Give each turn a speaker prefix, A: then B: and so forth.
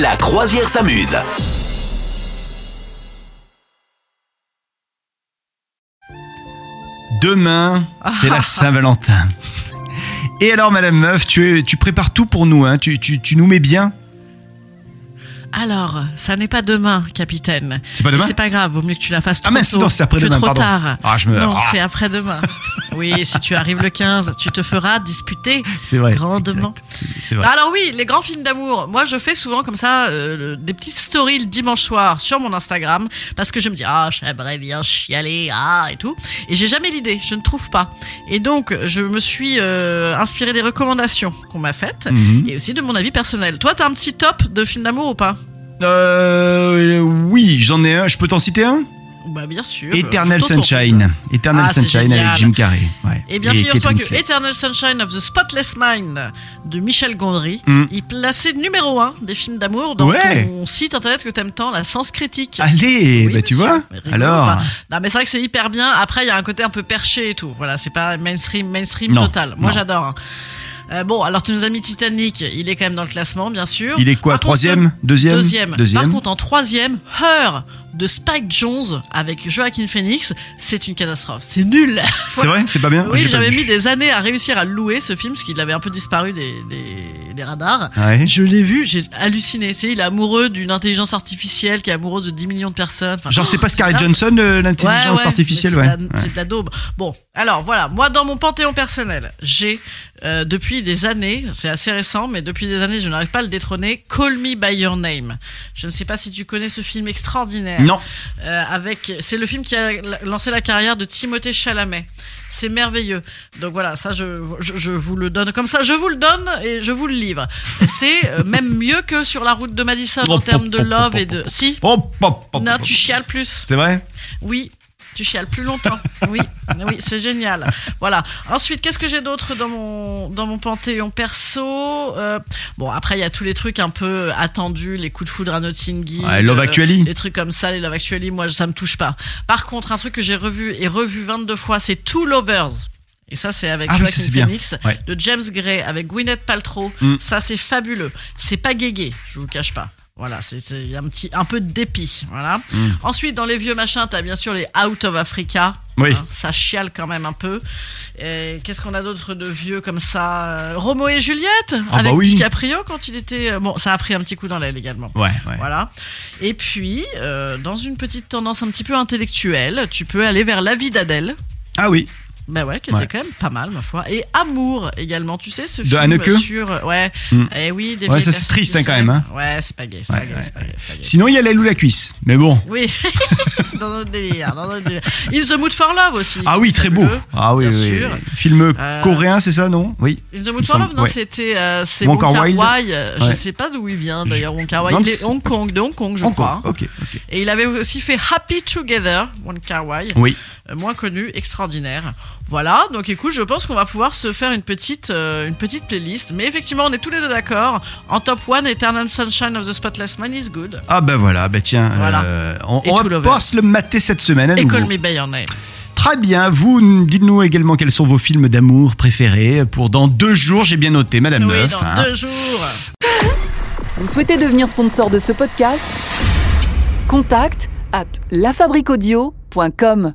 A: La croisière s'amuse.
B: Demain, c'est la Saint-Valentin. Et alors, Madame Meuf, tu, es- tu prépares tout pour nous, hein. tu, tu- tu nous mets bien.
C: Alors, ça n'est pas demain, capitaine.
B: C'est pas demain
C: Mais C'est pas grave, vaut mieux que tu la fasses
B: Ah
C: trop
B: mince,
C: tôt
B: non, c'est après-demain,
C: que trop
B: pardon.
C: tard.
B: Ah, je me-
C: Non,
B: ah.
C: c'est après-demain. oui, si tu arrives le 15, tu te feras disputer
B: C'est vrai.
C: grandement. Ah,
B: Exact. C'est c'est vrai.
C: Alors oui, les grands films d'amour. Moi, je fais souvent comme ça euh, le- des petites stories le dimanche soir sur mon Instagram parce que je me dis ah j'aimerais bien chialer ah et tout et j'ai jamais l'idée, je ne trouve pas. Et donc je me suis euh, inspirée des recommandations qu'on m'a faites
B: Mhm.
C: et aussi de mon avis personnel. Toi, t'as un petit top de films d'amour ou pas
B: Euh, oui, j'en ai un. Je peux t'en citer un
C: Bah bien sûr.
B: Eternal
C: Je t'autorise.
B: Sunshine. Eternal
C: Ah, c'est
B: Sunshine
C: génial.
B: avec Jim Carrey. Ouais.
C: Eh bien,
B: Et
C: figure-toi
B: Kate
C: que
B: Winslet.
C: Eternal Sunshine of the Spotless Mind de Michel Gondry,
B: Mm.
C: il plaçait numéro 1 des films d'amour dans
B: Ouais.
C: ton site internet que t'aimes tant, la Sens Critique.
B: Allez,
C: Oui,
B: bah, tu
C: monsieur,
B: vois.
C: mais rigolo ou
B: Alors,
C: pas. Non, mais c'est vrai que c'est hyper bien. Après, il y a un côté un peu perché et tout. Voilà, c'est pas mainstream, mainstream
B: Non,
C: total. Moi,
B: non.
C: j'adore. hein. Euh, bon, alors tu nous as mis Titanic, il est quand même dans le classement, bien sûr.
B: il est quoi
C: Par contre,
B: Troisième
C: ce-
B: Deuxième
C: Deuxième. Par contre, en troisième, Her de Spike Jones avec Joaquin Phoenix, c'est une catastrophe. C'est nul.
B: C'est vrai C'est pas bien
C: Ah Oui,
B: J'ai pas
C: j'avais
B: vu.
C: mis des années à réussir à louer ce film parce qu'il avait un peu disparu des, des- des radars.
B: Ah Ouais.
C: Je l'ai vu, j'ai halluciné. C'est il est amoureux d'une intelligence artificielle qui est amoureuse de 10 millions de personnes. Enfin,
B: Genre, c'est pas Scarlett
C: là-
B: Johnson, euh, l'intelligence
C: ah. Ouais, ouais,
B: artificielle,
C: mais
B: ouais.
C: c'est de la- C'est de la daube. Bon, alors voilà, moi dans mon panthéon personnel, j'ai euh, depuis des années, c'est assez récent, mais depuis des années, je n'arrive pas à le détrôner. Call Me by Your Name. Je ne sais pas si tu connais ce film extraordinaire.
B: Non,
C: Euh, avec, c'est le film qui a la- lancé la carrière de Timothée Chalamet. C'est merveilleux. Donc voilà, ça je, je, je vous le donne comme ça, je vous le donne et je vous le livre. C'est euh, même mieux que sur la route de Madison
B: Oh,
C: en termes de
B: pop, pop,
C: love
B: pop,
C: et de.
B: pop.
C: Si.
B: Hop, hop, hop,
C: Non,
B: hop.
C: tu chiales plus.
B: C'est vrai
C: Oui, tu chiales plus longtemps. Oui, oui, c'est génial. Voilà. Ensuite, qu'est-ce que j'ai d'autre dans mon dans mon panthéon perso Euh, Bon, après il y a tous les trucs un peu attendus, les coups de foudre à Notting Hill,
B: Ouais, Love
C: euh,
B: Actually.
C: les trucs comme ça, les Love Actually, moi ça me touche pas. Par contre, un truc que j'ai revu et revu 22 fois, c'est Two Lovers. Et ça, c'est avec
B: Ah oui,
C: Joaquin
B: ça, c'est bien.
C: Phoenix,
B: Ouais.
C: de James Gray, avec Gwyneth Paltrow.
B: Mm.
C: Ça, c'est fabuleux. C'est pas guégué, je vous cache pas. Voilà, c'est c'est- il y a un petit, un peu de dépit. Voilà.
B: Mm.
C: Ensuite, dans les vieux machins, t'as bien sûr les Out of Africa.
B: Oui.
C: Hein, ça chiale quand même un peu. Et Qu'est-ce qu'on a d'autre de vieux comme ça Euh, Romo et Juliette
B: Ah bah
C: avec
B: oui.
C: DiCaprio quand il était. euh, Bon, ça a pris un petit coup dans l'aile également.
B: Ouais, ouais.
C: Voilà. Et puis, euh, dans une petite tendance un petit peu intellectuelle, tu peux aller vers La vie d'Adèle.
B: Ah oui,
C: Ben ouais, qui
B: Ouais.
C: était quand même pas mal, ma foi. Et Amour également, tu sais, ce
B: De
C: film
B: Haneke
C: sur. euh, Ouais,
B: Hmm.
C: et oui, des
B: Ouais,
C: vieilles
B: ça, c'est
C: personnes
B: triste,
C: qui
B: hein,
C: se-
B: quand même, hein.
C: Ouais, c'est pas gay, c'est
B: Ouais,
C: pas gay,
B: ouais,
C: c'est pas gay, c'est pas gay.
B: Sinon, il y a l'aile ou la cuisse. Mais bon.
C: Oui, dans notre délire, dans notre délire. In the Mood for Love aussi.
B: Ah oui, très beau.
C: Fabuleux.
B: Ah oui,
C: bien
B: oui,
C: sûr.
B: oui. Film
C: Euh,
B: coréen, c'est ça, non Oui.
C: In the
B: Il me
C: Mood for Love,
B: semble,
C: non,
B: ouais.
C: c'était euh, c'est
B: Wong
C: Wong
B: Kar
C: Kar
B: Wai.
C: Wai. Euh, Je
B: Ouais.
C: sais pas d'où il vient d'ailleurs, Wong Kar Wai.
B: Non,
C: Il est
B: c'est-
C: de Hong Kong, de Hong Kong, je
B: Hong Kong,
C: crois.
B: Ok, ok.
C: Et il avait aussi fait Happy Together, Wong Kar Wai,
B: Oui.
C: euh, moins connu, extraordinaire. Voilà, donc écoute, je pense qu'on va pouvoir se faire une petite, euh, une petite playlist. Mais effectivement, on est tous les deux d'accord. En top 1, Eternal Sunshine of the Spotless Mind is good.
B: Ah ben voilà, ben tiens,
C: Voilà.
B: euh, on,
C: Et
B: on
C: True
B: va
C: Lover.
B: pas se le mater cette semaine à
C: Et
B: nouveau.
C: Call Me By Your Name.
B: Très bien, vous n- dites-nous également quels sont vos films d'amour préférés pour dans deux jours, j'ai bien noté, Madame
C: oui,
B: Meuf.
C: dans
B: hein.
C: deux jours.
D: Vous souhaitez devenir sponsor de ce podcast Contact à lafabriquaudio.com.